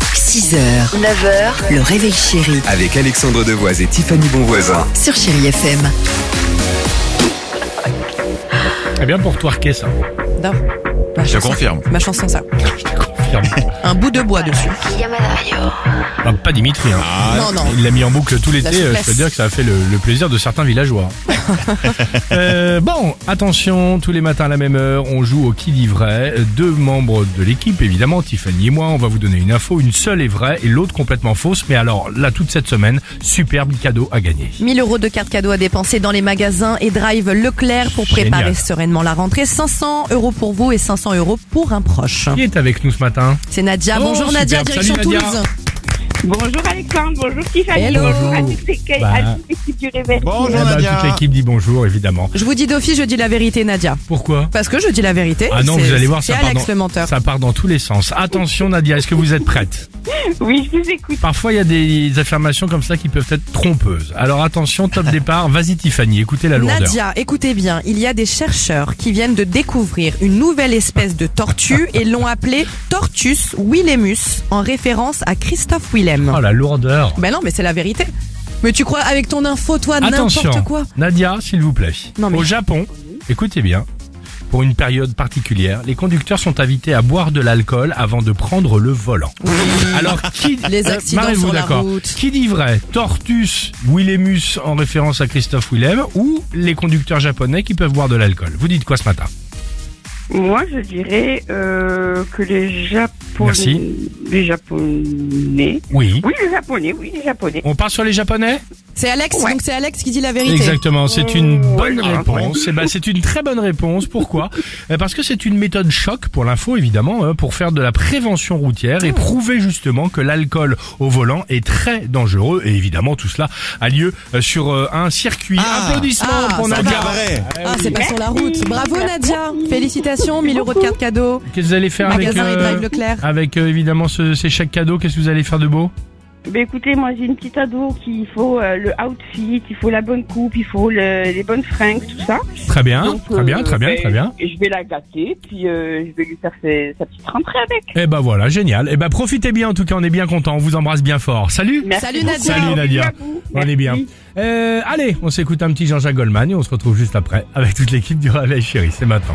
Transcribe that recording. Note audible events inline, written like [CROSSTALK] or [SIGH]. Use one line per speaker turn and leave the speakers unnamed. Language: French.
6h, 9h, le réveil chéri
Avec Alexandre Devoise et Tiffany Bonvoisin.
sur Chéri FM.
Eh bien pour twerker ça.
Non. Ma
Je te
chanson,
confirme.
ma chanson, ça.
Je te confirme.
[LAUGHS] Un bout de bois dessus.
Ah, pas Dimitri. Hein.
non, non.
Il l'a mis en boucle tout l'été.
La
euh, Je peux
souplesse.
dire que ça a fait le, le plaisir de
[LAUGHS]
certains villageois. Euh, bon, attention, tous les matins à la même heure, on joue au qui dit vrai. Deux membres de l'équipe, évidemment, Tiffany et moi, on va vous donner une info. Une seule est vraie et l'autre complètement fausse. Mais alors, là, toute cette semaine, superbe cadeau à gagner.
1000 euros de cartes cadeaux à dépenser dans les magasins et drive Leclerc pour
Génial.
préparer sereinement la rentrée. 500 euros pour vous et 500 euros pour un proche.
Qui est avec nous ce matin
C'est Nadia.
Oh,
Bonjour Nadia,
superbe.
direction
Salut, Nadia.
Toulouse.
Bonjour Alexandre, bonjour Tiffany,
Hello.
bonjour à toute l'équipe
Bah.
à toute l'équipe du réveil.
Eh
Bonjour
ben,
Nadia.
Toute l'équipe dit bonjour, évidemment.
Je vous dis d'office, je dis la vérité Nadia.
Pourquoi
Parce que je dis la vérité.
Ah non,
c'est-
vous allez voir,
c'est
ça part,
Alex le
dans,
menteur.
ça part dans tous les sens. Attention Nadia, est-ce que vous êtes prête
Oui, je vous écoute.
Parfois, il y a des affirmations comme ça qui peuvent être trompeuses. Alors
[LAUGHS]
attention, top départ. Vas-y Tiffany, écoutez la lourdeur.
Nadia, écoutez bien, il y a des chercheurs qui viennent de découvrir une nouvelle espèce de
[LAUGHS]
tortue et l'ont appelée Tortus Willemus en référence à Christophe Willem.
Oh la lourdeur.
Ben non, mais c'est la vérité. Mais tu crois avec ton info, toi,
Attention,
n'importe quoi.
Nadia, s'il vous plaît.
Non, mais-
Au Japon, écoutez bien, pour une période particulière, les conducteurs sont invités à boire de l'alcool avant de prendre le volant. [LAUGHS]
[LAUGHS]
Alors, qui...
Les
euh,
accidents
marrez-vous,
sur la
d'accord.
route.
Qui dit vrai Tortus Willemus en référence à Christophe Willem ou les conducteurs japonais qui peuvent boire de l'alcool Vous dites quoi ce matin
Moi, je dirais euh, que les Japonais,
Merci.
les Japonais,
Oui.
oui, les Japonais, oui, les Japonais.
On part sur les japonais
C'est Alex,
Ouais.
donc c'est Alex qui dit la vérité. Oh. Ah.
Exactement, c'est une
Ouais,
bonne
ouais.
réponse. Eh ben, c'est une très bonne réponse. Pourquoi Eh, Parce que c'est une méthode choc pour l'info, évidemment, hein, pour faire de la prévention routière
Oh.
et prouver justement que l'alcool au volant est très dangereux. Et évidemment, tout cela a lieu euh, sur euh, un circuit.
Ah.
Applaudissements
Ah,
pour
ça
Nadia.
va.
Cabaret.
Ah, c'est pas sur la route.
Merci.
Bravo Nadia. Félicitations, 1000 euros de carte cadeau.
Qu'est-ce que vous allez faire avec,
Magasin et
euh,
Drive Leclerc.
avec euh, évidemment ce- ces chèques cadeaux Qu'est-ce que vous allez faire de beau
Ben écoutez, moi j'ai une petite ado qui il faut euh, le outfit, il faut la bonne coupe, il faut le- les bonnes fringues, tout ça.
Très bien,
Donc,
Ah, très bien,
euh,
très bien,
ben,
très bien.
Je vais la gâter, puis euh, je vais lui faire ses- sa petite rentrée avec.
Eh ben voilà, génial. Eh ben profitez bien. En tout cas, on est bien content. On vous embrasse bien fort. Salut.
Merci
Salut,
beaucoup.
Nadia.
Salut, Nadia.
Merci à vous.
On est
Merci.
bien. Euh, allez, on s'écoute un petit Jean-Jacques Goldman et on se retrouve juste après avec toute l'équipe du Réveil Chéri. C'est maintenant.